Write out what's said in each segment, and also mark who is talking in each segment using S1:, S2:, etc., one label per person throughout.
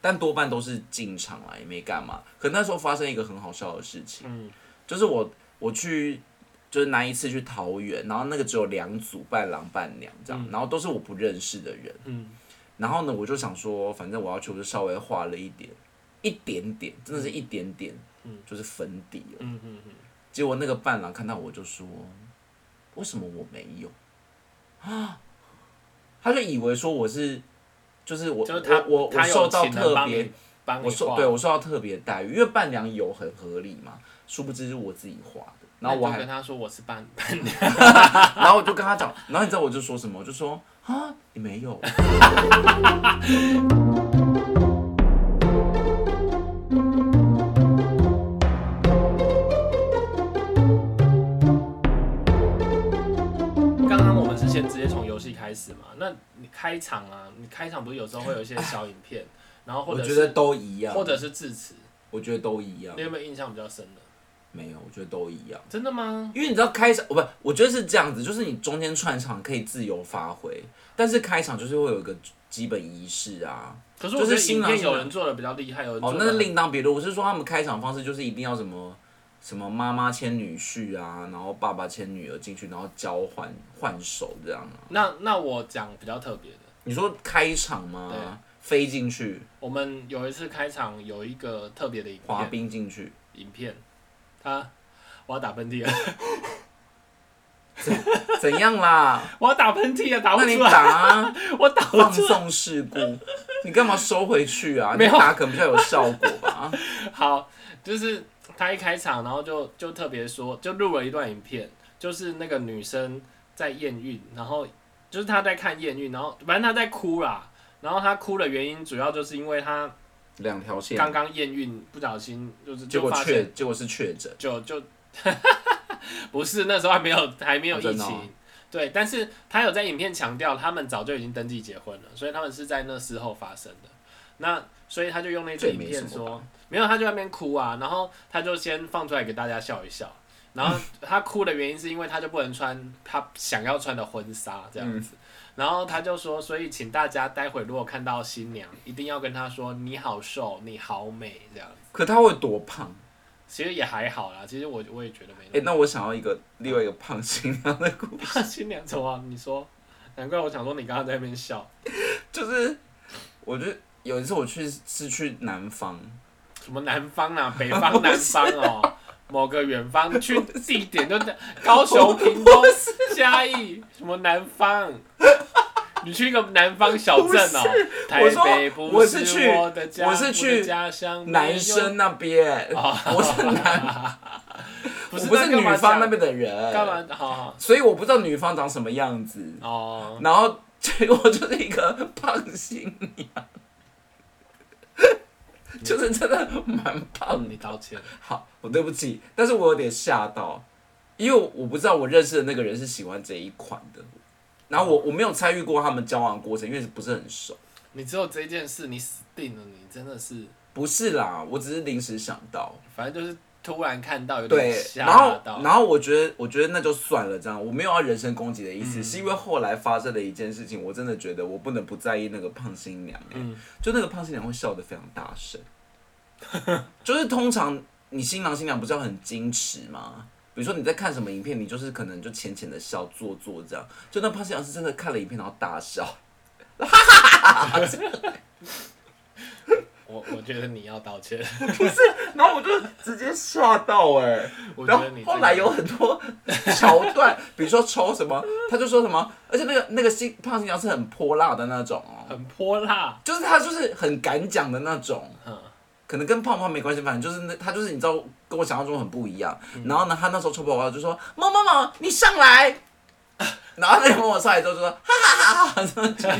S1: 但多半都是进场啦，也没干嘛。可那时候发生一个很好笑的事情，
S2: 嗯
S1: 就是我我去就是那一次去桃园，然后那个只有两组伴郎伴娘这
S2: 嗯
S1: 样，然后都是我不认识的人，然后呢，我就想说，反正我要去，我就稍微画了一点，一点点，真的是一点点，就是粉底了。
S2: 嗯嗯嗯，
S1: 结果那个伴郎看到我就说：“为什么我没有？” 啊，他就以为说我是，就是我
S2: 就是他
S1: 我我我
S2: 他有
S1: 受到
S2: 请人
S1: 特
S2: 帮
S1: 别
S2: 你，帮你
S1: 我受
S2: 画
S1: 对我受到特别待遇，因为伴娘有很合理嘛，殊不知是我自己画的。然后我
S2: 那你
S1: 还
S2: 就跟他说我是伴伴 娘，
S1: 然后我就跟他讲，然后你知道我就说什么？我就说啊，你没有。
S2: 刚刚我们是先直接从游戏开始嘛？那你开场啊，你开场不是有时候会有一些小影片，然后或
S1: 我
S2: 者
S1: 觉
S2: 是
S1: 得都一样，
S2: 或者是致辞，
S1: 我觉得都一样
S2: 你，有没有印象比较深的？
S1: 没有，我觉得都一样。
S2: 真的吗？
S1: 因为你知道开场，哦不，我觉得是这样子，就是你中间串场可以自由发挥，但是开场就是会有一个基本仪式啊。
S2: 可是我觉
S1: 就
S2: 得
S1: 是新
S2: 影
S1: 郎
S2: 片
S1: 新娘
S2: 有人做的比较厉害，有人做
S1: 哦，
S2: 的
S1: 那是另当别论。我是说他们开场方式就是一定要什么什么妈妈牵女婿啊，然后爸爸牵女儿进去，然后交换换手这样啊。
S2: 那那我讲比较特别的，
S1: 你说开场
S2: 对
S1: 吗？飞进去，
S2: 我们有一次开场有一个特别的影
S1: 滑
S2: 片，
S1: 冰进去，
S2: 影片，他我要打喷嚏了，
S1: 怎样啦？
S2: 我要打喷嚏了，打不
S1: 那你
S2: 出来，
S1: 打 啊，
S2: 我打不
S1: 放
S2: 出
S1: 纵事故，你干嘛收回去啊？
S2: 没
S1: 你
S2: 有
S1: 打可能比较有效果 吧？
S2: 好，就是他一开场，然后就就特别说，就录了一段影片，就是那个女生在验孕，然后就是她在看验孕，然后反正她在哭啦。然后她哭的原因主要就是因为她
S1: 两条线，
S2: 刚刚验孕不小心就是
S1: 结
S2: 就
S1: 果
S2: 发现
S1: 确结果是确诊。
S2: 就就 不是那时候还没有还没有
S1: 哦
S2: 疫
S1: 真
S2: 情，
S1: 的哦
S2: 对，但是他有在影片强调他们早就已经登记结婚了，所以他们是在那时候发生的。那所以他就用那
S1: 这
S2: 支
S1: 也
S2: 影
S1: 没
S2: 片
S1: 什么
S2: 说，没有，他就在那边哭啊，然后他就先放出来给大家笑一笑。然后他哭的原因是因为他就不能穿他想要穿的婚纱这样
S1: 嗯
S2: 子，然后他就说，所以请大家待会如果看到新娘，一定要跟她说你好瘦，你好美这样。
S1: 可他会多胖？
S2: 其实也还好啦，其实我我也觉得没那么
S1: 哎、那我想要一个另外一个胖新娘的 故
S2: 大新娘怎么？啊你说，难怪我想说你刚刚在那边笑，
S1: 就是我觉得有一次我去是去南方，
S2: 什么南方啊，北 方、南方哦，某个远方去地点就高雄、屏东、嘉义，什么南方。你去一个南方小镇哦、台
S1: 我说
S2: 北不
S1: 我是去
S2: 我的家，
S1: 我是去
S2: 的家乡没有
S1: 男生那边，我是男，
S2: 不
S1: 我
S2: 是
S1: 不是
S2: 那干嘛
S1: 女方
S2: 讲
S1: 那边的人，
S2: 干？嘛？好好
S1: 所以我不知道女方长什么样子，
S2: 哦，
S1: 然后结果就是一个胖新娘，就是真的蛮胖
S2: 嗯你道歉。
S1: 好，我对不起，但是我有点吓到，因为我不知道我认识的那个人是喜欢这一款的，然后我我没有参与过他们交往的过程，因为不是很熟。
S2: 你只有这件事，你死定了，你真的是，
S1: 不是啦，我只是临时想到，
S2: 反正就是突然看到有点
S1: 对，
S2: 吓
S1: 然后
S2: 到。
S1: 然后我觉得我觉得那就算了，这样我没有要人身攻击的意
S2: 嗯
S1: 思，是因为后来发生的一件事情，我真的觉得我不能不在意那个胖新娘、欸，
S2: 嗯
S1: 就那个胖新娘会笑得非常大声， 就是通常你新郎新娘不是要很矜持吗？比如说你在看什么影片，你就是可能就浅浅的笑，做作这样。就那胖新娘是真的看了影片然后大笑，
S2: 我我觉得你要 道歉，
S1: 然后我就直接吓到哎、
S2: 我觉
S1: 然后
S2: 得你这个
S1: 后来有很多桥段，比如说抽什么， 他就说什么，而且那个那个新胖新娘是很泼辣的那种哦，
S2: 很泼辣，
S1: 就是他就是很敢讲的那种，
S2: 嗯，
S1: 可能跟胖胖没关系，反正就是那他就是你知道跟我想象中很不一样。
S2: 嗯
S1: 然后呢，他那时候抽泡泡就说某某某你上来， 然后那个某某上来之后就说哈哈哈哈，这样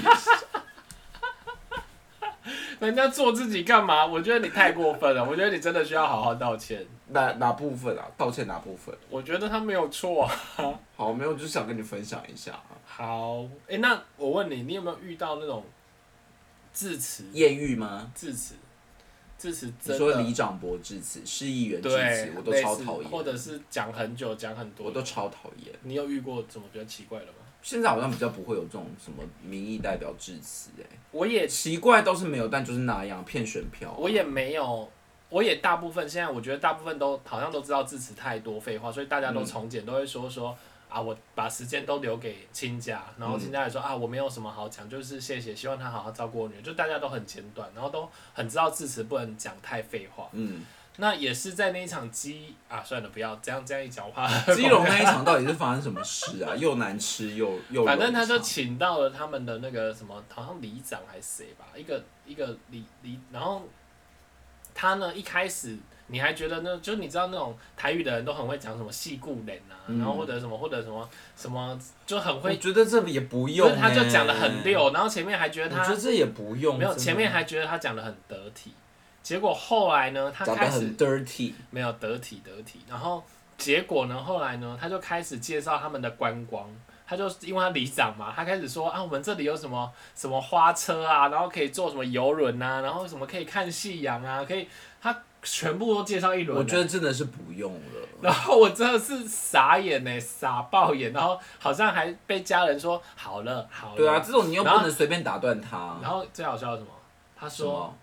S2: 人家做自己干嘛？我觉得你太过分了，我觉得你真的需要好好道歉。
S1: 哪哪部分啊？道歉哪部分？
S2: 我觉得他没有错。
S1: 好，没有，就是想跟你分享一下啊
S2: 好，哎、那我问你，你有没有遇到那种致辞、
S1: 艳遇吗？
S2: 致辞、致辞
S1: 你
S2: 真
S1: 说李
S2: 的
S1: 长博致辞，市议员致
S2: 对
S1: 辞，，我都
S2: 类
S1: 超
S2: 似
S1: 讨厌，
S2: 或者是讲很久、讲很多，
S1: 我都超讨厌。
S2: 你有遇过什么比较奇怪的吗？
S1: 现在好像比较不会有这种什么民意代表致辞，哎，
S2: 我也
S1: 奇怪都是没有，但就是那样骗选票。
S2: 我也没有，我也大部分现在我觉得大部分都好像都知道字词太多废话，所以大家都从简，都会说说啊，我把时间都留给亲家，然后亲家也说、啊，我没有什么好讲，就是谢谢，希望他好好照顾我女儿，就大家都很简短，然后都很知道字词不能讲太废话。
S1: 嗯，
S2: 那也是在那一场鸡啊，算了，不要这样这样一讲话。
S1: 基隆那一场到底是发生什么事啊？ 又难吃又又
S2: 反正他就
S1: 冗长
S2: 请到了他们的那个什么，好像里长还是谁吧，一个一个里里，然后他呢一开始你还觉得那就你知道那种台语的人都很会讲什么戏故人啊，
S1: 嗯
S2: 然后或者什么或者什么什么就很
S1: 我
S2: 会，
S1: 觉得这也不
S2: 就
S1: 用、
S2: 是他就讲的
S1: 哎
S2: 很，溜，然后前面还觉
S1: 我
S2: 得
S1: 觉得
S2: 他
S1: 这也不用，
S2: 没有，
S1: 真的
S2: 前面还觉得他讲的很得体，结果后来呢，他
S1: 讲
S2: 开
S1: 的
S2: 始
S1: 很 dirty，
S2: 没有得体得体，然后结果呢，后来呢，他就开始介绍他们的观光，他就因为他里长嘛，他开始说啊，我们这里有什么什么花车啊，然后可以坐什么游轮啊，然后什么可以看夕阳啊，可以，他全部都介绍一轮、
S1: 我觉得真的是不用了。
S2: 然后我真的是傻眼呢、傻爆眼，然后好像还被家人说好了好了，
S1: 对啊，，这种你又不
S2: 哦然后
S1: 能随便打断他。
S2: 然后最好笑的是什么？他
S1: 什
S2: 说
S1: 么？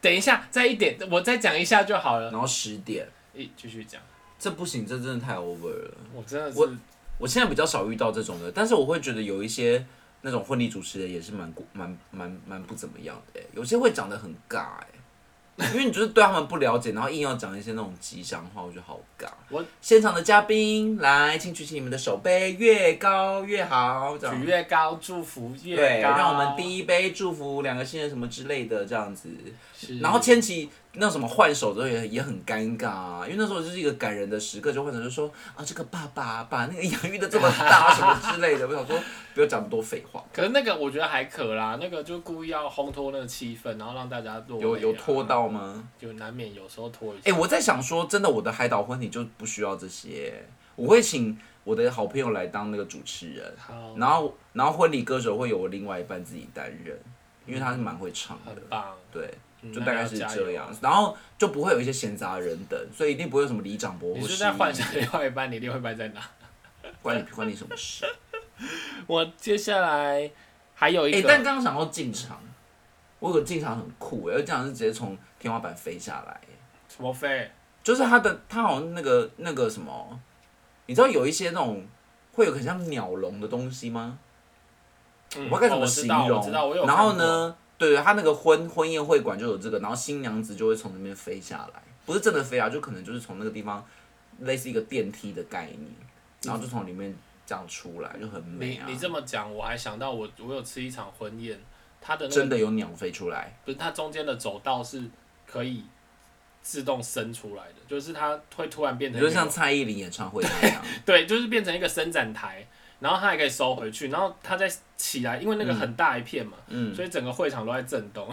S2: 等一下，再一点，我再讲一下就好了。
S1: 然后十点，
S2: 一继续讲，
S1: 这不行，这真的太 over 了。
S2: 我真的是
S1: 我我现在比较少遇到这种的，但是我会觉得有一些那种婚礼主持人也是蛮过蛮蛮蛮不怎么样的欸、有些会讲得很尬哎、因为你就是对他们不了解，然后硬要讲一些那种吉祥话，我觉得好尬。
S2: 我
S1: 现场的嘉宾来，请举起你们的手杯，越高越好，这样
S2: 举越高，祝福越高。
S1: 对，让我们第一杯祝福两个新人什么之类的这样子。
S2: 是
S1: 然后千玺那什么换手之后也也很尴尬啊，因为那时候就是一个感人的时刻，就换手就说啊，这个爸爸把那个养育的这么大啊什么之类的，我 想说不要讲那么多废话，
S2: 可是那个我觉得还可啦，那个就故意要烘托那个气氛，然后让大家落泪啊
S1: 有有拖，到吗？
S2: 有难免有时候拖一下。
S1: 哎、我在想说，真的，我的海岛婚礼就不需要这些，我会请我的好朋友来当那个主持人，
S2: 好，
S1: 然后然后婚礼歌手会有我另外一半自己担任，因为他是蛮会唱的
S2: 很，棒，
S1: 对。
S2: 嗯
S1: 就大概是
S2: 那要
S1: 这
S2: 加油
S1: 样，然后就不会有一些闲杂人等，所以一定不会有什么里长伯或
S2: 你是
S1: 市
S2: 在
S1: 议
S2: 幻想另外一半，你另外一半在哪？
S1: 关你关你什么事？
S2: 我接下来还有
S1: 哎、
S2: 一
S1: 但
S2: 个，
S1: 刚刚想到进场，我有个进场很酷哎、欸，进场是直接从天花板飞下来欸、
S2: 什么飞？
S1: 就是它的它好像那个那个什么，你知道有一些那种会有很像鸟笼的东西吗？
S2: 嗯
S1: 我该怎
S2: 哦
S1: 么
S2: 我
S1: 形
S2: 知道，我
S1: 容？
S2: 知道，我有。
S1: 然后？呢，对对，他那个婚婚宴会馆就有这个，然后新娘子就会从那边飞下来，不是真的飞啊，就可能就是从那个地方，类似一个电梯的概念，然后就从里面这样出来，就很美
S2: 你
S1: 啊。
S2: 你这么讲，我还想到我我有吃一场婚宴，他的那
S1: 真
S2: 个
S1: 的有鸟飞出来，
S2: 不是它中间的走道是可以自动伸出来的，就是它会突然变
S1: 你
S2: 成
S1: 就
S2: 一个
S1: 像蔡依林演唱会那样，
S2: 对，就是变成一个伸展台，然后它还可以收回去，然后它再起来，因为那个很大一片嘛，
S1: 嗯，
S2: 所以整个会场都在震动，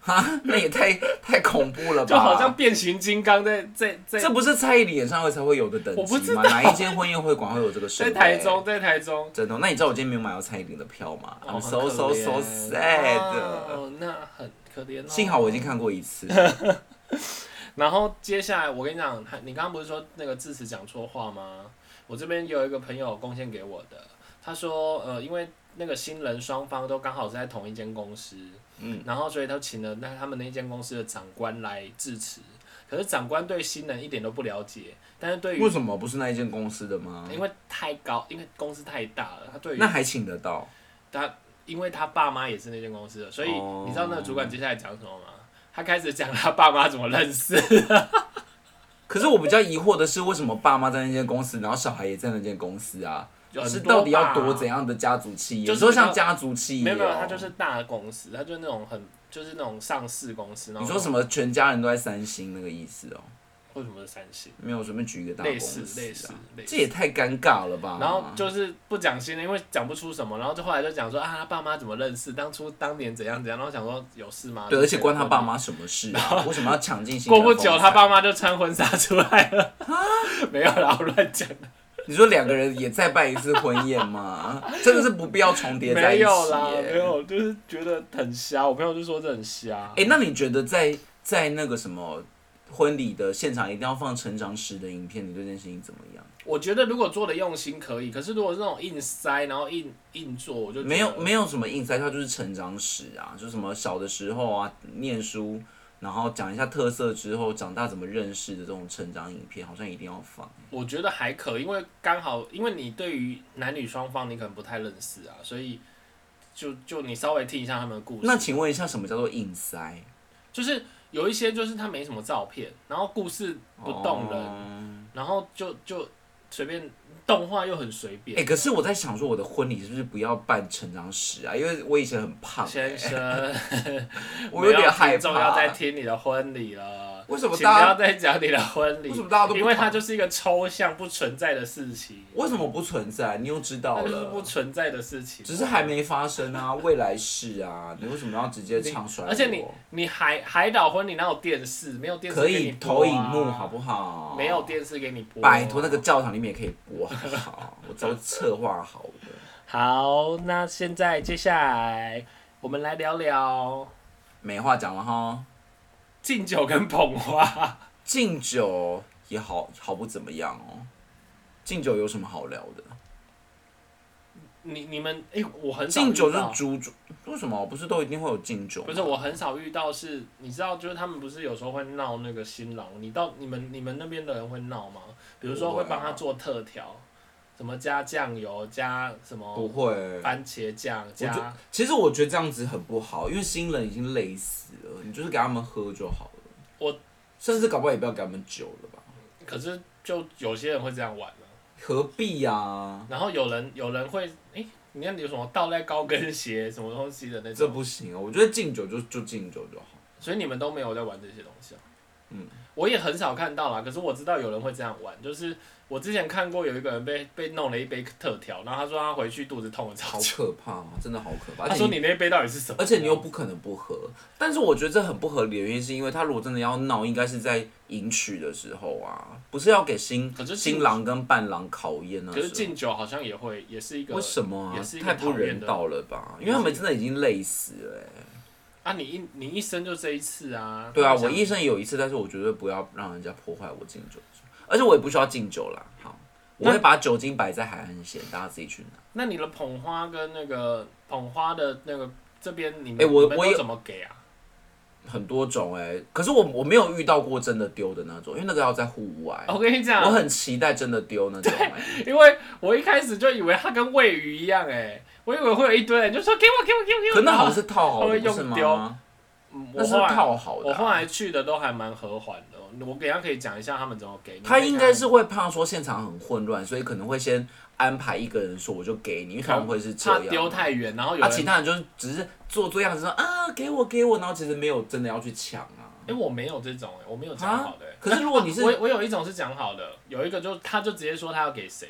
S1: 哈，那也太太恐怖了吧？
S2: 就好像变形金刚在在在
S1: 这不是蔡依林演唱会才会有的等
S2: 我不
S1: 级
S2: 知
S1: 吗？
S2: 道
S1: 哪一间婚宴会馆会有这个设
S2: 在
S1: 备？
S2: 台中，在台中。
S1: 真的哦？那你知道我今天没有买到蔡依林的票吗、
S2: 哦
S1: i m so
S2: 很可
S1: so so
S2: 怜
S1: sad、
S2: 哦，那很可怜、哦。
S1: 幸好我已经看过一次，
S2: 然后接下来我跟你讲，你刚刚不是说那个致辞讲错话吗？我这边有一个朋友贡献给我的，他说，呃，因为那个新人双方都刚好是在同一间公司，
S1: 嗯，
S2: 然后所以他请了那他们那间公司的长官来致辞，可是长官对新人一点都不了解，但是对于
S1: 为什么不是那一间公司的吗？
S2: 因为太高，因为公司太大了，他对于
S1: 那还请得到，
S2: 他因为他爸妈也是那间公司的，所以
S1: 哦
S2: 你知道那个主管接下来讲什么吗？他开始讲他爸妈怎么认识，
S1: 可是我比较疑惑的是，为什么爸妈在那间公司，然后小孩也在那间公司啊？
S2: 有很
S1: 是
S2: 多
S1: 到底要
S2: 吧
S1: 多怎样的家族企业？
S2: 就
S1: 有
S2: 是
S1: 时候像家族企业、哦，
S2: 没有没有，他就是大公司，他就是那种很就是那种上市公司。然
S1: 你
S2: 后
S1: 说什么全家人都在三星那个意思哦？
S2: 为什么是三星？
S1: 没有，我随便举一个大
S2: 类
S1: 公司、
S2: 似
S1: 啊，
S2: 类似类
S1: 这啊
S2: 似。
S1: 也太尴尬了吧？
S2: 然后就是不讲新的，因为讲不出什么，然后就后来就讲说啊，他爸妈怎么认识，当初当年怎样怎样，然后想说有事吗？
S1: 对，而且关他爸。妈什么事啊？为什么要抢进新
S2: 过
S1: 人
S2: 不
S1: 风采？
S2: 久，他爸妈就穿婚纱出来了。 没有啦，我乱讲的，
S1: 你说两个人也再办一次婚宴吗？真的是不必要重叠在一
S2: 没
S1: 起、耶
S2: 有啦，没有，就是觉得很瞎。我朋友就说这很瞎。
S1: 哎、那你觉得在在那个什么婚礼的现场一定要放成长史的影片，你对这件事情怎么样？
S2: 我觉得如果做的用心可以，可是如果是那种硬塞，然后硬硬做，我就觉得
S1: 没有没有什么硬塞，它就是成长史啊，就是什么小的时候啊，念书，然后讲一下特色之后，长大怎么认识的这种成长影片，好像一定要放。
S2: 我觉得还可，因为刚好，因为你对于男女双方你可能不太认识啊，所以就就你稍微听一下他们的故事。
S1: 那请问一下，什么叫做硬塞？
S2: 就是有一些就是他没什么照片，然后故事不动人，
S1: 哦
S2: 然后就就随便动画又很随
S1: 哎、
S2: 便。
S1: 可是我在想说，我的婚礼是不是不要办成长史啊？因为我以前很胖、欸，
S2: 先生，
S1: 我有点害
S2: 重要再
S1: 怕。
S2: 听你的婚礼了。
S1: 为什么
S2: 请
S1: 大
S2: 不
S1: 家
S2: 要再讲你的婚礼？
S1: 为什么大家都不
S2: 因为它
S1: 谈
S2: 就是一个抽象不存在的事情。
S1: 为什么不存在？你又知道
S2: 它就是哎不
S1: 了，
S2: 存在的事情。
S1: 只是还没发生啊，未来是啊，你为什么要直接唱衰我？
S2: 而且你你海海岛婚礼哪有电视？没有电视
S1: 可
S2: 给你
S1: 以
S2: 播啊
S1: 投影幕好不好？
S2: 没有电视给你播。
S1: 拜托，那个。教堂里面也可以播，好不好？我早就策划好的。
S2: 好，那现在接下来我们来聊聊
S1: 没话讲了哈，
S2: 敬酒跟捧花。
S1: 敬酒也好好不怎么样哦。敬酒有什么好聊的？
S2: 你你们哎、我很少遇
S1: 敬酒
S2: 到
S1: 就是主主，为什么不是都一定会有敬酒吗？
S2: 不是我很少遇到是，你知道，就是他们不是有时候会闹那个新郎，你到你们你们那边的人会闹吗？比如说
S1: 不会啊
S2: 会帮他做特调，什么加酱油加什
S1: 不
S2: 么
S1: 会。
S2: 番茄酱
S1: 我
S2: 加
S1: 觉其实我觉得这样子很不好，因为新人已经累死了，你就是给他们喝就好了。
S2: 我
S1: 甚至搞不好也不要给他们酒了吧？
S2: 可是就有些人会这样玩啊
S1: 何必啊呀、
S2: 然后有人有人会，诶，你看你有什么倒带高跟鞋什么东西的那
S1: 这
S2: 种，
S1: 不行啊！我觉得敬酒就就敬酒就好。
S2: 所以你们都没有在玩这些东西啊。
S1: 嗯，
S2: 我也很少看到啦，可是我知道有人会这样玩，就是我之前看过有一个人被被弄了一杯特调，然后他说他回去肚子痛了
S1: 好
S2: 超
S1: 可怕啊！真的好可怕。而
S2: 他
S1: 且
S2: 说
S1: 你
S2: 你那杯到底是什么？
S1: 而且你又不可能不喝，但是我觉得这很不合理的原因是因为他如果真的要闹，应该是在迎娶的时候啊，不是要给新
S2: 可是敬
S1: 新郎跟伴郎考验那
S2: 可
S1: 时
S2: 是
S1: 候。
S2: 敬酒好像也会，也是一个
S1: 为什么啊
S2: 也是一？个
S1: 太不
S2: 讨厌
S1: 人
S2: 的
S1: 道了吧！因为他们真的已经累死了、欸。
S2: 啊？你一你一生就这一次啊？
S1: 对啊，
S2: 想
S1: 我一生有一次，但是我绝对不要让人家破坏我敬酒，而且我也不需要敬酒啦。好，我会把酒精摆在海岸线，大家自己去拿。
S2: 那你的捧花跟那个捧花的那个这边，你们
S1: 诶我
S2: 你们
S1: 我
S2: 都
S1: 有
S2: 怎么给啊？
S1: 很多种哎、可是我我没有遇到过真的丢的那种，因为那个要在户外。
S2: 我跟你讲，
S1: 我很期待真的丢那种、欸。
S2: 因为我一开始就以为它跟喂鱼一样、哎，我以为会有一堆人就说给我给我给我给我，
S1: 可那好
S2: 然
S1: 像
S2: 后
S1: 是套好
S2: 他
S1: 的，
S2: 会
S1: 不
S2: 呃用
S1: 是
S2: 丢
S1: 吗？
S2: 嗯我
S1: 那是
S2: 后来
S1: 套好
S2: 我
S1: 的
S2: 后
S1: 啊、
S2: 来去的都还蛮和缓的，我等一下可以讲一下他们怎么给你。
S1: 他应该
S2: 你
S1: 是会怕说现场很混乱，所以可能会先安排一个人说我就给你，因为他们会是这
S2: 看
S1: 样
S2: 怕
S1: 嘛。
S2: 丢太远，然后有
S1: 啊，
S2: 人
S1: 其他人就是只是做做样子说啊给我给我，然后其实没有真的要去抢啊。
S2: 哎、我没有这种、哎，我没有讲好的、哎
S1: 可是如果你是，
S2: 我我有一种是讲好的，有一个就他就直接说他要给谁，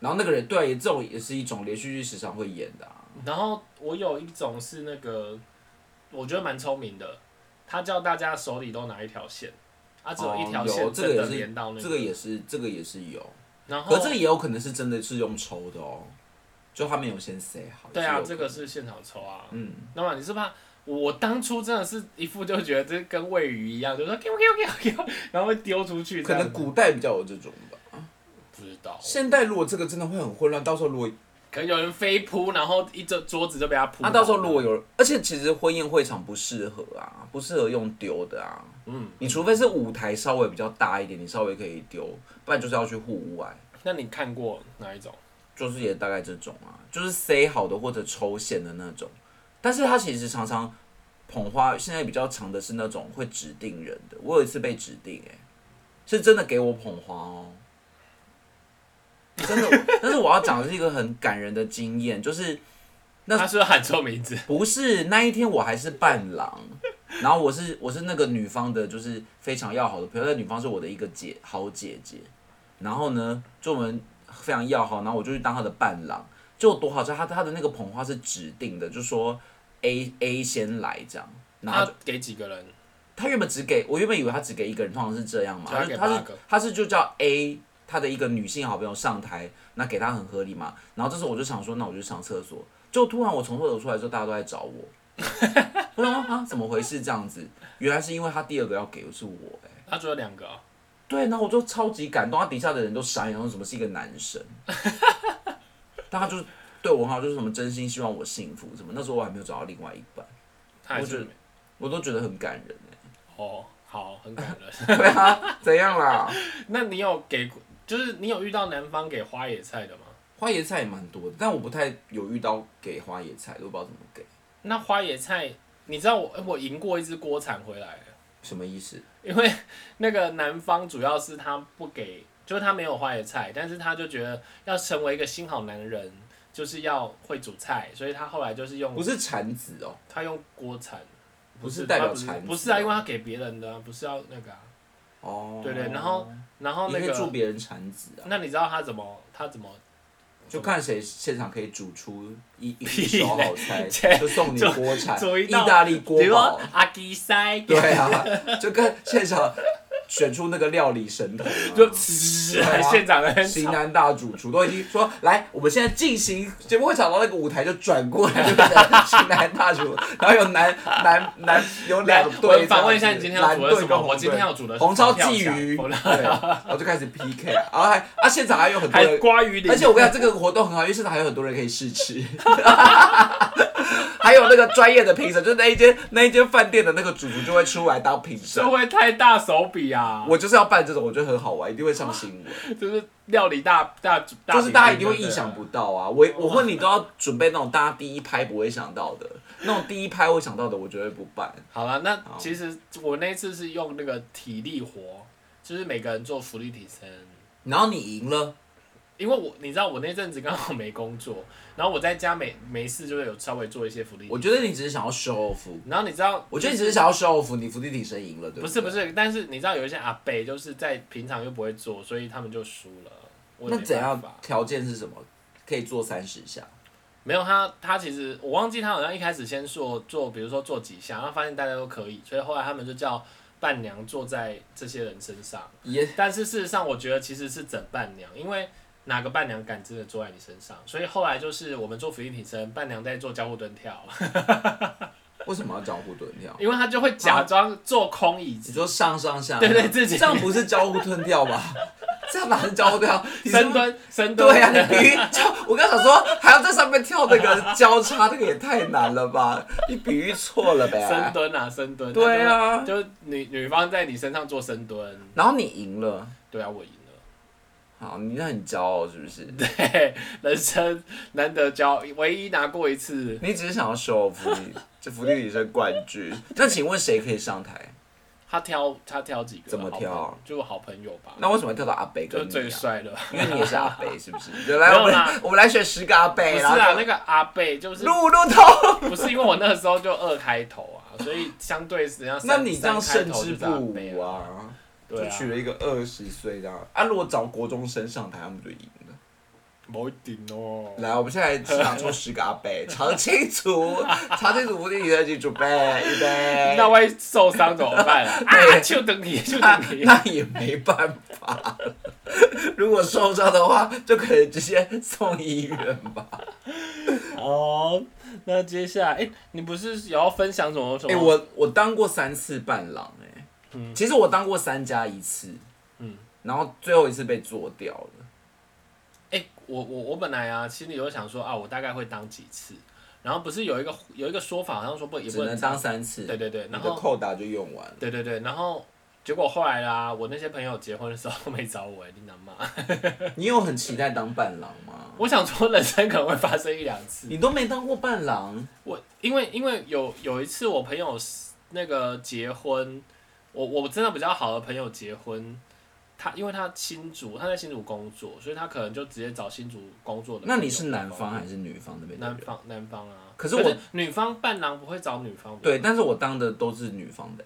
S1: 然后那个人对这种也是一种连续剧时常会演的、啊，
S2: 然后我有一种是那个我觉得蛮聪明的，他叫大家手里都拿一条线，啊只有一条
S1: 哦有
S2: 线
S1: 这个
S2: 真的
S1: 也是
S2: 连到那
S1: 这个也是这个也是有，
S2: 然后
S1: 可这个也有可能是真的是用抽的哦，就他们有先 say 好。
S2: 对啊，
S1: 也是
S2: 这
S1: 有可能
S2: 个是现场抽啊。
S1: 嗯，
S2: 那么你是怕我当初真的是一副就觉得这跟喂鱼一样，就说给我给我给我给我， 然后会丢出去这
S1: 可
S2: 样子。
S1: 能古代比较有这种吧。
S2: 不知道，
S1: 现代如果这个真的会很混乱，到时候如果
S2: 可能有人飞扑，然后一桌桌子就被他扑
S1: 那、
S2: 倒。
S1: 啊到时候如果有，而且其实婚宴会场不适合啊，不适合用丢的啊。
S2: 嗯，
S1: 你除非是舞台稍微比较大一点，你稍微可以丢，不然就是要去户外，
S2: 那你看过哪一种？
S1: 就是也大概这种啊，就是塞好的或者抽线的那种。但是它其实常常捧花现在比较长的是那种会指定人的，我有一次被指定、欸，是真的给我捧花哦。真的， 但是我要讲的是一个很感人的经验，就是那
S2: 他是不是喊错名字？
S1: 不是那一天我还是伴郎，然后我是我是那个女方的，就是非常要好的朋友，那女方是我的一个姐好姐姐，然后呢，就我们非常要好，然后我就去当她的伴郎，就多好笑，她她的那个捧花是指定的，就说 A A 先来这样，然后
S2: 他给几个人？
S1: 她原本只给我原本以为她只给一个人，通常是这样嘛，
S2: 所以她
S1: 就她
S2: 给八
S1: 是
S2: 个
S1: 她是就叫 A。她的一个女性好朋友上台，那给她很合理嘛。然后这时候我就想说，那我就去上厕所。就突然我从厕所出来之后，大家都在找 我，我想说啊，怎么回事这样子？原来是因为他第二个要给的是我、欸，哎，
S2: 他只有两个哦、
S1: 对，然后我就超级感动，他底下的人都傻眼，然后怎么是一个男生？ 但他就是对我很好，就是什么真心希望我幸福什么。那时候我还没有找到另外一半，
S2: 他还
S1: 我觉
S2: 是
S1: 得
S2: 没
S1: 我都觉得很感人
S2: 哦，好，很感人。
S1: 欸。对啊，怎样啦？
S2: 那你有给，就是你有遇到男方给花野菜的吗？
S1: 花椰菜也蛮多的，但我不太有遇到给花椰菜的，我不知道怎么给，
S2: 那花野菜，你知道我哎我赢过一只锅铲回来了，
S1: 什么意思？
S2: 因为那个男方主要是他不给，就是他没有花野菜，但是他就觉得要成为一个新好男人，就是要会煮菜，所以他后来就是用
S1: 不是铲子哦，
S2: 他用锅铲，
S1: 不是代表
S2: 他不是
S1: 铲子
S2: 不是啊，因为他给别人的啊、不是要那个、啊，
S1: 哦，
S2: 对对，然后然后
S1: 你
S2: 那
S1: 可以
S2: 个
S1: 祝别人铲子啊，
S2: 那你知道他怎么他怎么
S1: 就看谁现场可以煮出一一
S2: 屁
S1: 一手
S2: 嘞
S1: 好 菜，
S2: 切
S1: 就送你
S2: 煮
S1: 锅铲，
S2: 煮一
S1: 意
S2: 道
S1: 大利锅
S2: 比如
S1: 堡
S2: 说。 阿基塞，
S1: 对啊，就跟现场选出那个料理神童、啊，
S2: 就呲
S1: 对啊
S2: 现场的人
S1: 型
S2: 吵，
S1: 男大主厨都已经说来，我们现在进行节目会场，到那个舞台就转过来，就变成型男大主，然后有男男男有两
S2: 我
S1: 队这样子，
S2: 们反问一下你今天要
S1: 蓝
S2: 煮的
S1: 队
S2: 什
S1: 跟
S2: 么？
S1: 红
S2: 我
S1: 队
S2: 今天要煮的是
S1: 红烧
S2: 跳
S1: 鲫
S2: 墙
S1: 鱼，
S2: 我
S1: 对，然后就开始 PK，啊然后还啊现场还有很多
S2: 还
S1: 人，
S2: 瓜鱼
S1: 而
S2: 鳞
S1: 且。我跟你讲这个活动很好，因为现场还有很多人可以试吃。 还有那个专业的评审，就是那一间那一间饭店的那个主厨就会出来当评审
S2: 这，会太大手笔啊！
S1: 我就是要办这种，我觉得很好玩，一定会上新闻，
S2: 就是料理大大主，大
S1: 就是大家一定会
S2: 比拼
S1: 意
S2: 的
S1: 想不到啊！我我问你都要准备那种大家第一拍不会想到的，那种第一拍会想到的，我绝对不办。
S2: 好了，那其实我那次是用那个体力活，就是每个人做浮力挺身，
S1: 然后你赢了，
S2: 因为我你知道我那阵子刚好没工作，然后我在家没没事就会有稍微做一些浮力。
S1: 我觉得你只是想要 show off，
S2: 然后你知道，
S1: 我觉得你只是想要 show off，你伏地挺身赢了，对
S2: 不
S1: 不
S2: 是
S1: 对？
S2: 不是，但是你知道有一些阿伯就是在平常又不会做，所以他们就输了。我也
S1: 那
S2: 没
S1: 怎样
S2: 办法？
S1: 条件是什么？可以做三十下，
S2: 没有他，他其实我忘记他好像一开始先做做，比如说做几下，然后发现大家都可以，所以后来他们就叫伴娘坐在这些人身上。
S1: 也
S2: 但是事实上，我觉得其实是整伴娘，因为哪个伴娘敢真的坐在你身上？所以后来就是我们做俯卧撑，伴娘在做交互蹲跳，
S1: 为什么要交互蹲跳？
S2: 因为她就会假装坐空椅
S1: 你
S2: 子，
S1: 说上上下，
S2: 对对自己
S1: 这样不是交互蹲跳吧？ 这样哪是交互蹲跳？ 你是不
S2: 深
S1: 是
S2: 蹲深 蹲，
S1: 对啊呀、你比喻就我刚想说还要在上面跳那个交叉，那个也太难了 吧？你比喻错了
S2: 深
S1: 呗。
S2: 蹲啊深蹲，
S1: 对
S2: 啊，
S1: 啊，
S2: 就女女方在你身上做深蹲，
S1: 然后你赢了，
S2: 对啊，我赢了。
S1: 好，你那很骄傲是不是？
S2: 对，人生难得交，唯一拿过一次。
S1: 你只是想要 show 福利，这福利女生冠军。那请问谁可以上台？
S2: 他挑他挑几个？
S1: 怎么挑啊？
S2: 就好朋友吧，
S1: 那为什么要跳到阿北
S2: 就
S1: 跟
S2: 最
S1: 你、啊？
S2: 帅的吧。
S1: 因为你也是阿北，是不是？就来，我
S2: 没有啦
S1: 们我们来选十个阿
S2: 不
S1: 北，
S2: 是
S1: 然后
S2: 啊，那个阿贝就是
S1: 路路通。
S2: 不是因为我那个时候就二开头啊，所以相对人 家
S1: 那
S2: 三
S1: 你这样
S2: 三
S1: 胜
S2: 开头
S1: 之
S2: 就是
S1: 不
S2: 阿贝
S1: 武
S2: 啊，
S1: 啊！
S2: 对
S1: 就
S2: 啊
S1: 娶，了一个二十岁这样啊！如果找国中生上台，他们就赢了。
S2: 某一顶哦。
S1: 来，我们现在现场抽十个阿贝，尝清 楚，尝清楚，不定你的去准备，预备。
S2: 那万一受伤怎么办 啊？啊，
S1: 对
S2: 就等你，就
S1: 那
S2: 等 你。
S1: 那也没办法了，如果受伤的话，就可能直接送医院 吧。
S2: 哦，那接下来，哎，你不是也要分享什么什
S1: 哎、
S2: 么？
S1: 我我当过三次伴郎、哎、
S2: 嗯
S1: 其实我当过三加一次，
S2: 嗯
S1: 然后最后一次被做掉了。
S2: 哎、我我我本来啊，心里有想说啊，我大概会当几次，然后不是有一个有一个说法，好像说不也
S1: 只
S2: 不
S1: 能
S2: 能
S1: 当，三次，
S2: 对对对，
S1: 你
S2: 然
S1: 的
S2: 后
S1: 扣打就用完了。
S2: 对对对，然后结果后来啦，我那些朋友结婚的时候没找我、你能骂？
S1: 你有很期待当伴郎 吗？
S2: 我想说人生可能会发生一两次，
S1: 你都没当过伴郎，
S2: 我因为因为有有一次我朋友那个结婚，我我真的比较好的朋友结婚。他因为他新竹，他在新竹工作，所以他可能就直接找新竹工作的朋友
S1: 那
S2: 帮忙。
S1: 你是男方还是女方的被
S2: 男方男方啊，
S1: 可是我
S2: 女方伴郎不会找女方，
S1: 对，，但是我当的都是女方的、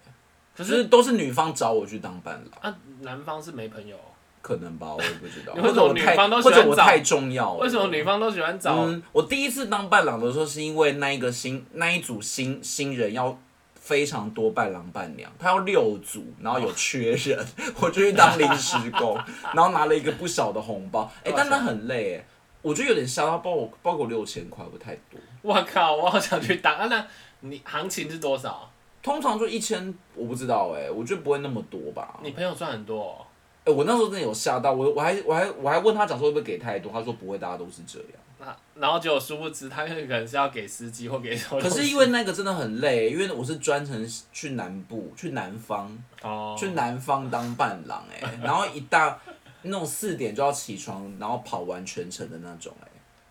S2: 可
S1: 就是是都是女方找我去当伴郎，
S2: 啊，男方是没朋友，
S1: 可能吧，我也不知道，
S2: 你为
S1: 或
S2: 什
S1: 者
S2: 么
S1: 我太
S2: 女方都喜
S1: 或
S2: 欢
S1: 者我
S2: 找
S1: 太重要了，
S2: 为什么女方都喜欢找？
S1: 哦嗯，我第一次当伴郎的时候，是因为那一个新那一组新新人要非常多伴郎伴娘，他要六组，然后有缺人， 我就去当临时工， 然后拿了一个不小的红包，哎、
S2: 多少
S1: 但那
S2: 钱
S1: 很累、哎，我觉得有点吓到，包我包给我六千块，不太多，
S2: 我靠，我好想去当啊！那你行情是多少？
S1: 通常就一千，我不知道哎、我觉得不会那么多吧。
S2: 你朋友赚很多、哦，
S1: 哎、我那时候真的有吓到，我我还我还我还问他讲说会不会给太多，他说不会，大家都是这样。
S2: 那然后结果殊不知他那个可能是要给司机或给什么
S1: 可
S2: 东西。
S1: 是因为那个真的很累，因为我是专程去南部，去南方，
S2: 哦，
S1: 去南方当伴郎哎、 然后一大那种四点就要起床，然后跑完全程的那种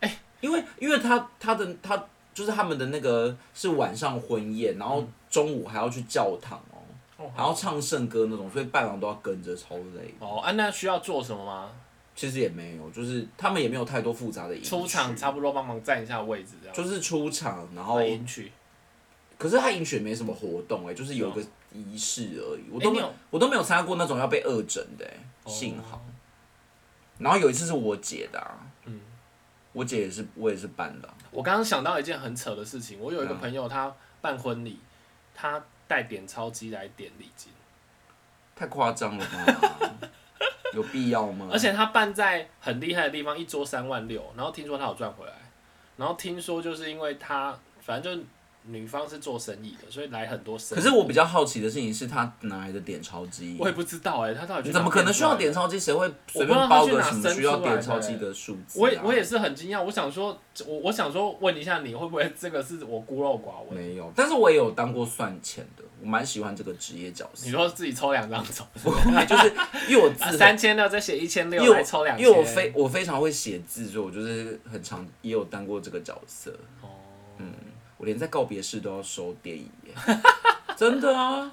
S1: 哎、哎、因为因为他他的他就是他们的那个是晚上婚宴，然后中午还要去教堂哦、
S2: 嗯哦
S1: 还要唱圣歌那种，所以伴郎都要跟着，超累。
S2: 哦啊，那需要做什么吗？
S1: 其实也没有，就是他们也没有太多复杂的仪式
S2: 出场差不多帮忙占一下位置这样。
S1: 就是出场，然后
S2: 迎娶，
S1: 可是他迎娶也没什么活动哎、就是有一个仪式而已，我都
S2: 啊哎
S1: 没
S2: 你
S1: 有、
S2: 有
S1: 我都没有参加过那种要被恶整的、欸，
S2: 哦
S1: 幸好。然后有一次是我姐的、啊，
S2: 嗯
S1: 我姐也是我也是啊伴郎，
S2: 我刚刚想到一件很扯的事情，我有一
S1: 嗯
S2: 个朋友他办婚礼，他带点钞机来点礼金，
S1: 太夸张了 吧？有必要吗？
S2: 而且他办在很厉害的地方，一桌三万六，然后听说他有赚回来，然后听说就是因为他反正就女方是做生意的，所以来很多生意。
S1: 可是我比较好奇的事情是，他哪来的点钞机
S2: 我？也不知道哎、他到底去
S1: 你怎么可能需要点
S2: 钞？
S1: 钞机？啊谁会随
S2: 我不知
S1: 便
S2: 道他
S1: 包
S2: 去
S1: 个
S2: 哪
S1: 什么
S2: 生
S1: 需要
S2: 出来
S1: 点
S2: 的
S1: 钞机
S2: 欸
S1: 的数字、啊？
S2: 我也我也是很惊讶，我想说，我我想说问一下你，会不会这个是我孤陋寡闻？
S1: 没有，但是我也有当过算钱的，我蛮喜欢这个职业角 色
S2: 你。说自己抽两张走，
S1: 不会，就是因为我字
S2: 啊，
S1: 很
S2: 三千六再写一千
S1: 因
S2: 六，
S1: 为
S2: 来抽两
S1: 我因
S2: 千。
S1: 为我非我非常会写字，所以我就是很常也有当过这个角色。嗯
S2: 哦，
S1: 我连在告别式都要收电影耶，真的啊，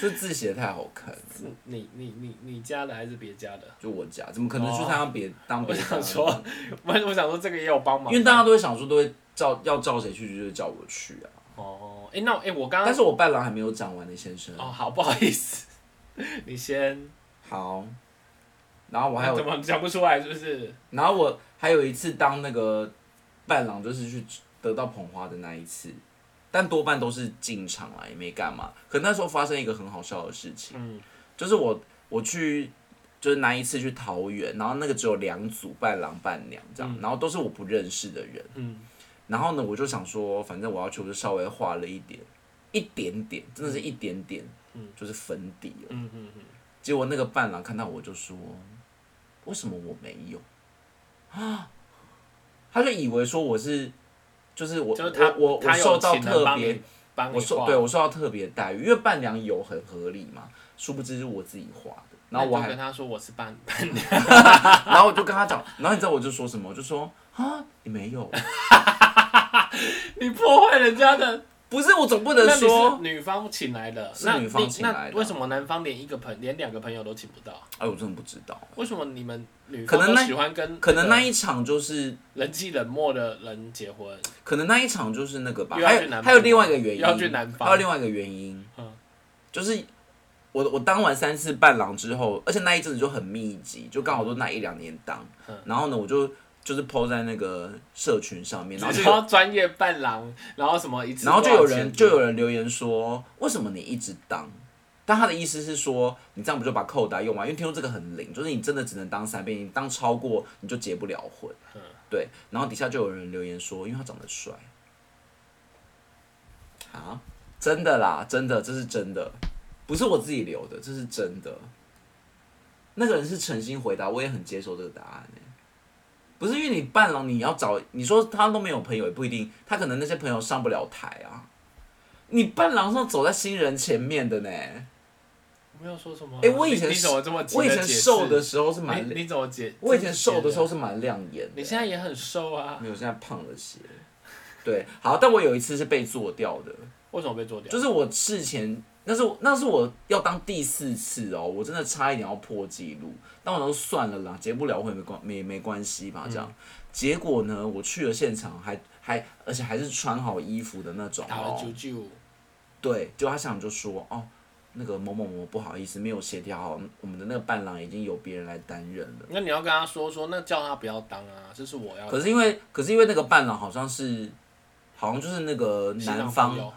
S1: 这字写得太好看了。
S2: 是你你你你家的还是别家的？
S1: 就我家，怎么可能去当别、当
S2: 哦我
S1: 别人
S2: 想说， 我我想说这个也有帮忙，
S1: 因为大家都会想说，都会叫要叫谁去，就是叫我去啊。
S2: 哦，哎、那哎、诶我刚
S1: 但
S2: 刚
S1: 是我伴郎还没有讲完呢，先生。
S2: 哦，好不好意思，你先，
S1: 好，然后我还有
S2: 怎么讲不出来是不是？
S1: 然后我还有一次当那个伴郎，就是去得到捧花的那一次，但多半都是进场啦，也没干嘛。可那时候发生一个很好笑的事情，
S2: 嗯
S1: 就是我我去就是那一次去桃园，然后那个只有两组伴郎伴娘这样，然后都是我不认识的人。
S2: 嗯，
S1: 然后呢，我就想说，反正我要去，我就稍微画了一点，一点点，真的是一点点，就是粉底了。
S2: 嗯嗯嗯，
S1: 结果那个伴郎看到我就说：“为什么我没有？”啊，他就以为说我是，就是我
S2: 就是他
S1: 我我我
S2: 他有
S1: 受到
S2: 请人
S1: 特
S2: 帮
S1: 别
S2: 你，帮你
S1: 我受
S2: 画
S1: 对，我受到特别待遇，因为伴娘有很合理嘛，殊不知是我自己画的。然后我
S2: 那你就
S1: 还
S2: 跟他说我是伴伴娘，
S1: 然后我就跟他讲，然后你知道我就说什么？我就说啊，你没 有，
S2: 你破坏人家的，
S1: 不是我总不能
S2: 那你
S1: 说
S2: 是女方请来的，
S1: 是
S2: 那
S1: 女方
S2: 你
S1: 请来的
S2: 那为什么男方连一个朋连两个朋友都请不到？
S1: 哎，我真的不知道。
S2: 为什么你们女
S1: 可
S2: 方
S1: 能
S2: 都
S1: 那
S2: 喜欢跟
S1: 可能
S2: 个
S1: 那一场就是，
S2: 人际冷漠的人结婚？
S1: 可能那一场就是那个吧。
S2: 又要
S1: 还
S2: 去
S1: 有
S2: 南
S1: 还有
S2: 方
S1: 另外一个原因，
S2: 又要去南方
S1: 还有另外一个原因，
S2: 嗯
S1: 就是我我当完三次伴郎之后，而且那一阵子就很密集，就刚好都那一两年当。
S2: 嗯
S1: 然后呢，我就就是 PO 在那个社群上面，然
S2: 然
S1: 后就
S2: 后专业伴郎，然后什么一次，
S1: 然后就有人就有人留言说，为什么你一直当？但他的意思是说，你这样不就把扣打用完？因为听说这个很灵，就是你真的只能当三遍，你当超过你就结不了婚。对。然后底下就有人留言说，因为他长得帅。啊，真的啦，真的，这是真的，不是我自己留的，这是真的。那个人是诚心回答，我也很接受这个答案、欸、不是因为你伴郎，你要找你说他都没有朋友也不一定，他可能那些朋友上不了台啊。你伴郎上走在新人前面的呢。
S2: 我没有说什么啊。
S1: 哎我以前
S2: 你你怎么这么急着
S1: 我以前
S2: 解释
S1: 瘦的时候是蛮
S2: 你，你怎么解？
S1: 我以前瘦的时候
S2: 这么
S1: 是蛮亮眼
S2: 解的，
S1: 的
S2: 你。现在也很瘦啊，
S1: 没有，现在胖了些。对，好，但我有一次是被做掉的，
S2: 为什么被做掉？
S1: 就是我事前，那是我那是我要当第四次哦，我真的差一点要破纪录，但我想说算了啦，结不了婚也没关没没关系吧，这样。
S2: 嗯
S1: 结果呢，我去了现场还还而且还是穿好衣服的那种
S2: 打了
S1: 哦，
S2: 九九，
S1: 对，就他现场就说哦，那个某某某不好意思，没有协调好，我们的那个伴郎已经有别人来担任了。
S2: 那你要跟他说说，那叫他不要当啊，这是我要。
S1: 可是因为，可是因为那个伴郎好像是，好像就是那个
S2: 新郎
S1: 男
S2: 朋
S1: 方
S2: 友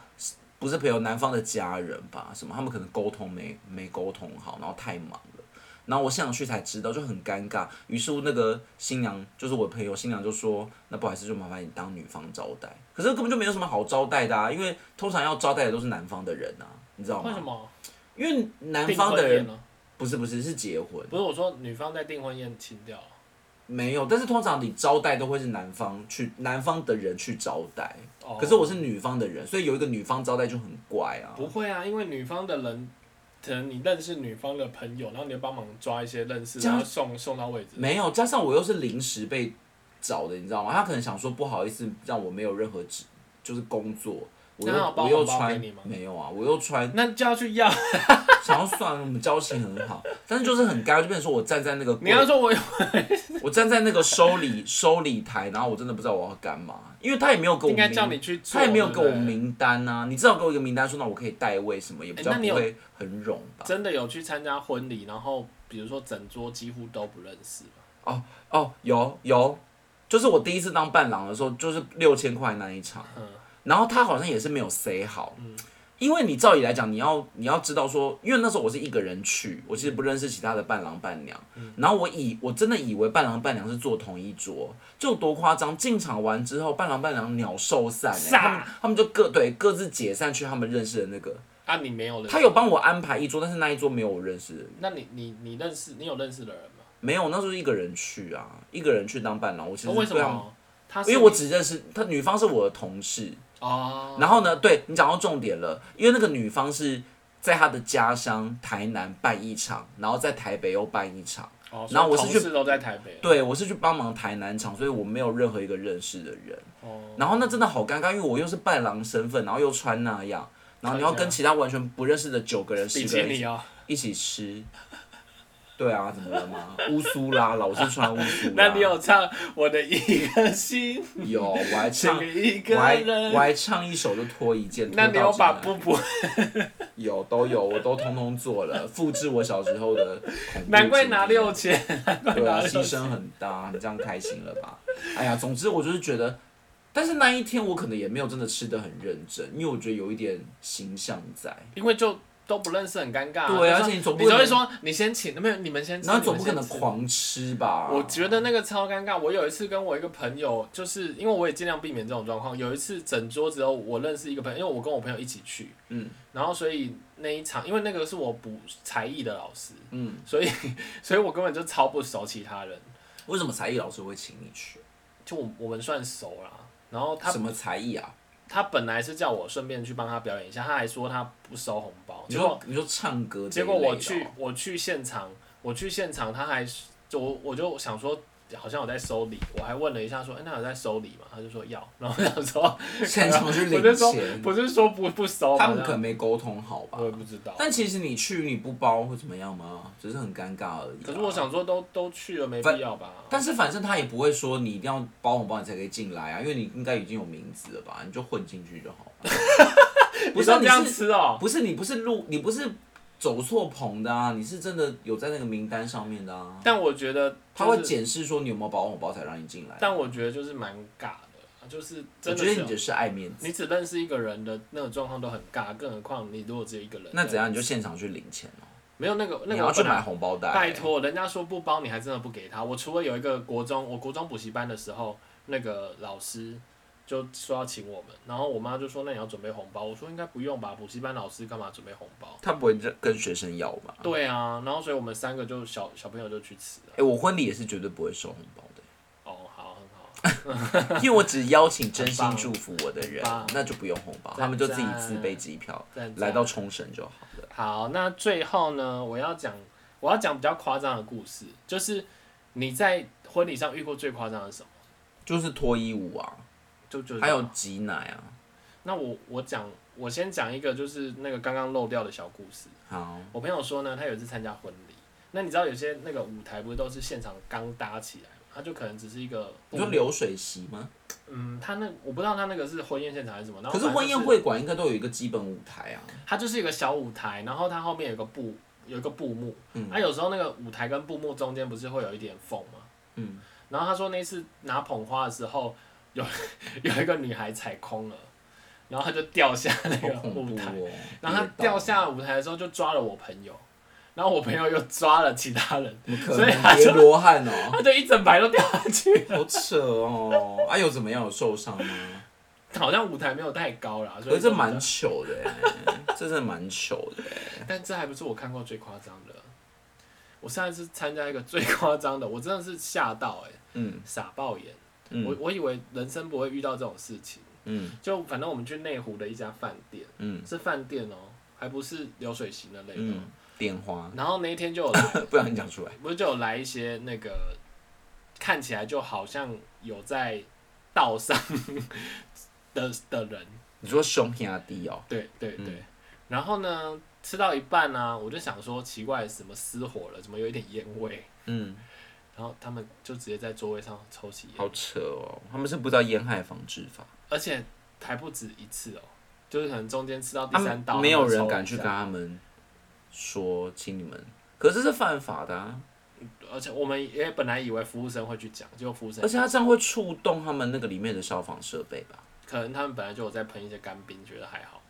S1: 不是朋友，男方的家人吧？什么他们可能沟通没没沟通好，然后太忙了，然后我现场去才知道，就很尴尬。于是乎那个新娘，就是我朋友新娘就说：“那不好意思，就麻烦你当女方招待。”可是根本就没有什么好招待的啊，因为通常要招待的都是男方的人啊，你知道
S2: 为什
S1: 吗？
S2: 么？
S1: 因为男
S2: 订
S1: 方的
S2: 婚宴
S1: 人
S2: 呢？
S1: 不是不是是结婚
S2: 不是我说女方在订婚宴清掉了
S1: 没有，但是通常你招待都会是男方去男方的人去招待，
S2: 哦，
S1: 可是我是女方的人，所以有一个女方招待就很怪啊。
S2: 不会啊，因为女方的人，可能你认识女方的朋友，然后你就帮忙抓一些认识，
S1: 这样
S2: 然后送送到位置。
S1: 没有，加上我又是临时被找的，你知道吗？他可能想说不好意思，让我没有任何职，就是工作，我
S2: 那
S1: 又
S2: 他有包
S1: 我又
S2: 红包
S1: 穿
S2: 给你吗
S1: 没有啊，我又穿，
S2: 那就要去要，
S1: 想要算我们交情很好， 但是就是很尴尬，就变成说我站在那个
S2: 你
S1: 柜，
S2: 要说我有
S1: 我站在那个收礼收礼台，然后我真的不知道我要干嘛，因为他也没有给我
S2: 应该
S1: 名
S2: 叫你去做，
S1: 他也没有给
S2: 对
S1: 我
S2: 不对。
S1: 名单啊，你至少给我一个名单，说那我可以代位什么，也比
S2: 哎
S1: 较
S2: 那
S1: 不
S2: 你有
S1: 会很冗吧。
S2: 真的有去参加婚礼，然后比如说整桌几乎都不认识吗
S1: 哦，有有，就是我第一次当伴郎的时候，就是六千块那一场，
S2: 嗯
S1: 然后他好像也是没有 say 好，因为你照理来讲，你要你要知道说，因为那时候我是一个人去，我其
S2: 嗯
S1: 实不认识其他的伴郎伴娘，然后我以我真的以为伴郎伴娘是坐同一桌，就多夸张！进场完之后，伴郎伴娘鸟兽散、欸，
S2: 散
S1: 他们他们就各对各自解散去他们认识的那个，
S2: 啊，你没有认识
S1: 他有，帮我安排一桌，但是那一桌没有我认识的人。
S2: 那你你你认识你有认识的人吗？
S1: 没有，那时候一个人去啊，一个人去当伴郎。我其实
S2: 哦为什
S1: 对他们
S2: 么？他是
S1: 因为我只认识她，女方是我的同事。
S2: 哦，
S1: 然后呢，对你讲到重点了，因为那个女方是在她的家乡台南办一场，然后在台北又办一场。
S2: 哦
S1: 然后我是
S2: 所以同事都在台北
S1: 对我是去帮忙台南场，所以我没有任何一个认识的人。
S2: 哦，
S1: 然后那真的好尴尬，因为我又是伴郎身份，然后又穿那样，然后你要跟其他完全不认识的九个人、十
S2: 比
S1: 个
S2: 基
S1: 人
S2: 尼哦，
S1: 一起啊吃。对啊，怎么了吗？乌苏拉，老是穿乌苏拉。
S2: 那你有唱我的一颗心，
S1: 有，我 还唱，
S2: 请一个
S1: 我还我
S2: 人，
S1: 还唱一首就脱一件，
S2: 那你
S1: 脱到
S2: 有
S1: 指
S2: 把
S1: 南
S2: 布布？
S1: 有都有，我都通通做了，复制我小时候的恐怖
S2: 难怪
S1: 经
S2: 拿
S1: 验
S2: 六千，
S1: 对啊，
S2: 拿
S1: 牺牲很大，你这样开心了 吧？哎呀，总之我就是觉得，但是那一天我可能也没有真的吃的很认真，因为我觉得有一点形象在，
S2: 因为就都不认识，很尴尬啊。
S1: 对啊
S2: 就说
S1: 而且你总不
S2: 你就
S1: 能
S2: 会说你先请，没有你们先吃，
S1: 然后总
S2: 你
S1: 不
S2: 们
S1: 可
S2: 先
S1: 能
S2: 吃
S1: 狂吃吧？
S2: 我觉得那个超尴尬。我有一次跟我一个朋友，就是因为我也尽量避免这种状况。有一次整桌只有我认识一个朋友，因为我跟我朋友一起去，
S1: 嗯
S2: 然后所以那一场，因为那个是我补才艺的老师，
S1: 嗯，
S2: 所以所以我根本就超不熟其他人，
S1: 为什么才艺老师会请你去？
S2: 就我我们算熟啦。然后哦他
S1: 什么才艺啊？
S2: 他本来是叫我顺便去帮他表演一下，他还说他不收红包，
S1: 你
S2: 哦结果
S1: 说你说唱歌这
S2: 结
S1: 一
S2: 果我
S1: 类的
S2: 去
S1: 哦
S2: 我去现场，我去现场，他还就我我就想说。好像有在收礼，我还问了一下说，哎、那有在收礼吗？他就说要，然后我想说，
S1: 现 场去
S2: 我就
S1: 领
S2: 说哦
S1: 钱，
S2: 不是说不不收吗？
S1: 他们可能没沟通好吧
S2: 我？也不知道。
S1: 但其实你去你不包会怎么样吗？只是很尴尬而已啊、
S2: 可是我想说都都去了，没必要吧？
S1: 但是反正他也不会说你一定要包红包你才可以进来啊，因为你应该已经有名字了吧，你就混进去就好了。不
S2: 你
S1: 是
S2: 都
S1: 啊
S2: 这
S1: 你
S2: 样
S1: 是
S2: 吃哦、
S1: 不是你不是录你不是走错棚的啊，你是真的有在那个名单上面的啊。
S2: 但我觉得、就是、
S1: 他会，检视说你有没有包红包才让你进来。
S2: 但我觉得就是蛮尬的，就是
S1: 我
S2: 真的
S1: 觉得你
S2: 是哦
S1: 只是爱面子，
S2: 你只认识一个人的那种状况都很尬，更何况你如果只有一个人，
S1: 那怎样你就现场去领钱哦、
S2: 没有那个那
S1: 你
S2: 个我
S1: 要去
S2: 本来
S1: 买红包袋、
S2: 拜托，人家说不包你还真的不给他。我除了有一个国中，我国中补习班的时候，那个老师就说要请我们，然后我妈就说那你要准备红包，我说应该不用吧，补习班老师干嘛准备红包？
S1: 他不会跟学生要吧？
S2: 对啊，然后所以我们三个就小小朋友就去吃了。
S1: 哎、我婚礼也是绝对不会收红包的。
S2: 哦，好，很好，
S1: 因为我只邀请真心祝福我的人
S2: 很棒，
S1: 那就不用红包，
S2: 赞
S1: 他们就自己自备机票
S2: 赞赞
S1: 来到冲绳就好了。
S2: 好，那最后呢，我要讲我要讲比较夸张的故事，就是你在婚礼上遇过最夸张的是什么？
S1: 就是脱衣舞啊，
S2: 就就是
S1: 还有挤奶啊。
S2: 那我我讲我先讲一个就是那个刚刚漏掉的小故事。
S1: 好，
S2: 我朋友说呢，他有一次参加婚礼，那你知道有些那个舞台不是都是现场刚搭起来吗，他就可能只是一个
S1: 你说流水席吗？
S2: 嗯，他那我不知道他那个是婚宴现场还是什么，然后
S1: 可是
S2: 反正
S1: 婚宴
S2: 就
S1: 会馆应该都有一个基本舞台啊。
S2: 是，它就是一个小舞台，然后它后面有一个布有一个布幕，
S1: 嗯
S2: 啊有时候那个舞台跟布幕中间不是会有一点缝吗？
S1: 嗯，
S2: 然后他说那次拿捧花的时候，有 有一个女孩踩空了，然后她就掉下那
S1: 好
S2: 个
S1: 恐怖
S2: 舞台，
S1: 哦！
S2: 然后她
S1: 跌倒
S2: 掉，下舞台的时候就抓了我朋友，然后我朋友又抓了其他人，
S1: 怎么可
S2: 所以
S1: 能
S2: 他
S1: 叠
S2: 就
S1: 罗汉哦？
S2: 他就一整排都掉下去了。
S1: 好扯哦！哎呦，怎么样？有受伤吗？
S2: 好像舞台没有太高啦，所
S1: 可
S2: 以
S1: 是这蛮糗的欸，这真的蛮糗的欸。
S2: 但这还不是我看过最夸张的。我上一次参加一个最夸张的，我真的是吓到哎、
S1: 嗯
S2: 傻爆眼。我
S1: 嗯
S2: 我以为人生不会遇到这种事情，
S1: 嗯
S2: 就反正我们去内湖的一家饭店，
S1: 嗯
S2: 是饭店哦、还不是流水席那类的哦。
S1: 嗯，电话
S2: 然后那一天就有来，
S1: 不然你讲出来。
S2: 不是就有来一些那个看起来就好像有在道上的的人，
S1: 你说胸压低哦？
S2: 对对
S1: 嗯
S2: 对。然后呢，吃到一半呢、我就想说奇怪，什么失火了，怎么有一点烟味？
S1: 嗯，
S2: 然后他们就直接在座位上抽起烟，
S1: 好扯哦，他们是不知道烟害防治法，
S2: 而且还不止一次哦，就是可能中间吃到
S1: 他
S2: 第三道，
S1: 啊们没有
S2: 他
S1: 人
S2: 们抽
S1: 敢
S2: 一
S1: 去
S2: 下
S1: 跟他们说，请你们。可是这是犯法的、啊，
S2: 而且我们也本来以为服务生会去讲，结果服务生
S1: 而且他这样会触动他们那个里面的消防设备吧？
S2: 可能他们本来就有在喷一些干冰，觉得还好吧。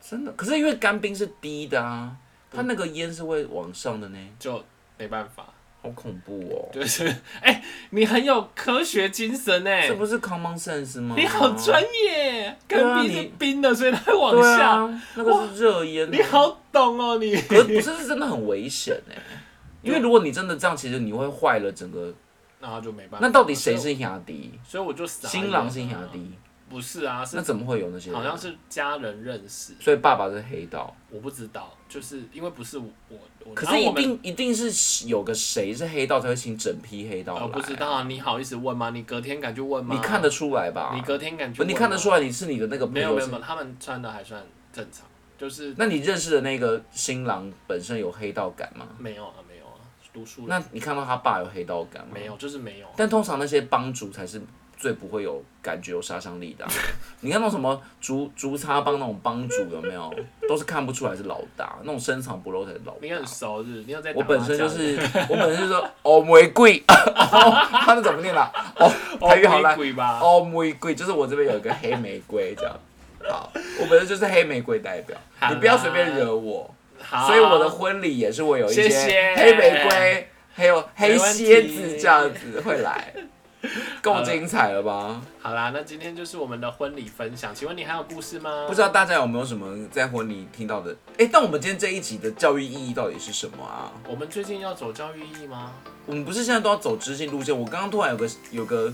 S1: 真的，可是因为干冰是低的啊，它那个烟是会往上的呢，
S2: 就没办法，
S1: 好恐怖哦！
S2: 就是哎、你很有科学精神哎、
S1: 这不是 common sense 吗？
S2: 你好专业，
S1: 啊对
S2: 干
S1: 啊
S2: 冰是
S1: 你
S2: 冰的，所以它会往
S1: 对
S2: 下。
S1: 啊，那个是热烟啊、
S2: 你好懂哦，你
S1: 可是不是是真的很危险哎、因为如果你真的这样，其实你会坏了整个。
S2: 然后就没办法。
S1: 那到底谁？是雅迪？
S2: 所以我就傻眼
S1: 新郎是雅
S2: 啊，
S1: 迪，
S2: 不是啊，是
S1: 那怎么会有那些人？
S2: 好像是家人认识，
S1: 所以爸爸是黑道，
S2: 我不知道，就是因为不是我我，
S1: 可
S2: 然后
S1: 是一
S2: 我们
S1: 定一定是有个谁是黑道才会请整批黑道来、
S2: 我不知道啊，你好意思问吗？你隔天敢去问吗？
S1: 你看得出来吧？
S2: 你隔天敢去
S1: 不，
S2: 问吗？
S1: 你看得出来你是你的那个朋
S2: 没有
S1: 友
S2: 没
S1: 是
S2: 有，没有，他们穿的还算正常，就是
S1: 那你认识的那个新郎本身有黑道感吗？
S2: 没有啊，没有啊，读书人
S1: 那你看到他爸有黑道感吗？
S2: 没。有，就是没有。
S1: 但通常那些帮主才是最不会有感觉、有杀伤力的 啊、你看那种什么竹竹叉帮那种帮主有没有，都是看不出来是老大，那种深藏不露才是老
S2: 你很
S1: 大。
S2: 熟是不是？你有啊在打
S1: 我
S2: 麻将？
S1: 本身 就是，我本身就是说哦玫瑰， 哦他那怎么念啦、哦，台语好
S2: 哦
S1: 烂
S2: 玫，瑰吧？
S1: 哦玫瑰，就是我这边有一个黑玫瑰这 样。好，我本身就是黑玫瑰代表，
S2: 好啦
S1: 你不要随便惹我。
S2: 好，啊
S1: 所以我的婚礼也是我有一些
S2: 谢谢
S1: 黑玫瑰，还有黑
S2: 没问题
S1: 蝎子这样子会来，够精彩了吧？
S2: 好啦，那今天就是我们的婚礼分享。请问你还有故事吗？
S1: 不知道大家有没有什么在婚礼听到的？哎、但我们今天这一集的教育意义到底是什么啊？
S2: 我们最近要走教育意义吗？
S1: 我们不是现在都要走知性路线？我刚刚突然有个有个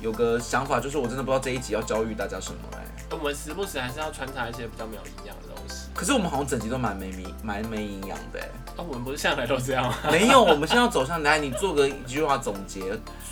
S1: 有个想法，就是我真的不知道这一集要教育大家什么哎、
S2: 我们时不时还是要穿插一些比较没有营养的东西。
S1: 可是我们好像整集都蛮没营蛮没营养的、
S2: 那、我们不是向来都这样吗？
S1: 哎没有，我们现在要走向来，你做个一句话总结，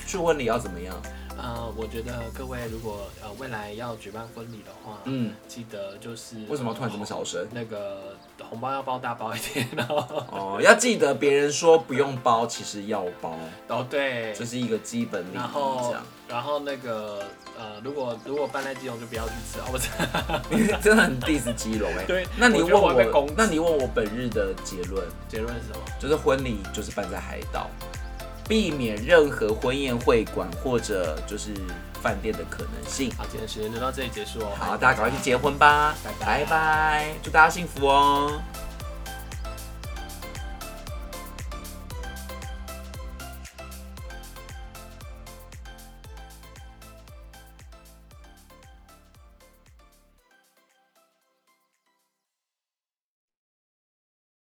S1: 去婚礼要怎么样？
S2: 呃，我觉得各位如果呃未来要举办婚礼的话，
S1: 嗯，
S2: 记得就是
S1: 为什么突然这么小声？
S2: 那个红包要包大包一点，然后
S1: 哦，要记得别人说不用包，其实要包，
S2: 哦对
S1: 这，是一个基本礼仪。
S2: 然
S1: 这
S2: 后
S1: 样，
S2: 然后那个呃，如果如果办在基隆就不要去吃啊，我知道
S1: 你 真的很 diss 基隆哎、
S2: 对
S1: 那你
S2: 我
S1: 问
S2: 觉得我会被
S1: 我
S2: 攻击，
S1: 那你问我本日的结论，
S2: 结论是什么？
S1: 就是婚礼就是办在海岛，避免任何婚宴会馆或者就是饭店的可能性。
S2: 好，今天的时间就到这里结束哦。
S1: 好，大家赶快去结婚吧，
S2: 拜拜
S1: 拜拜祝大家幸福哦。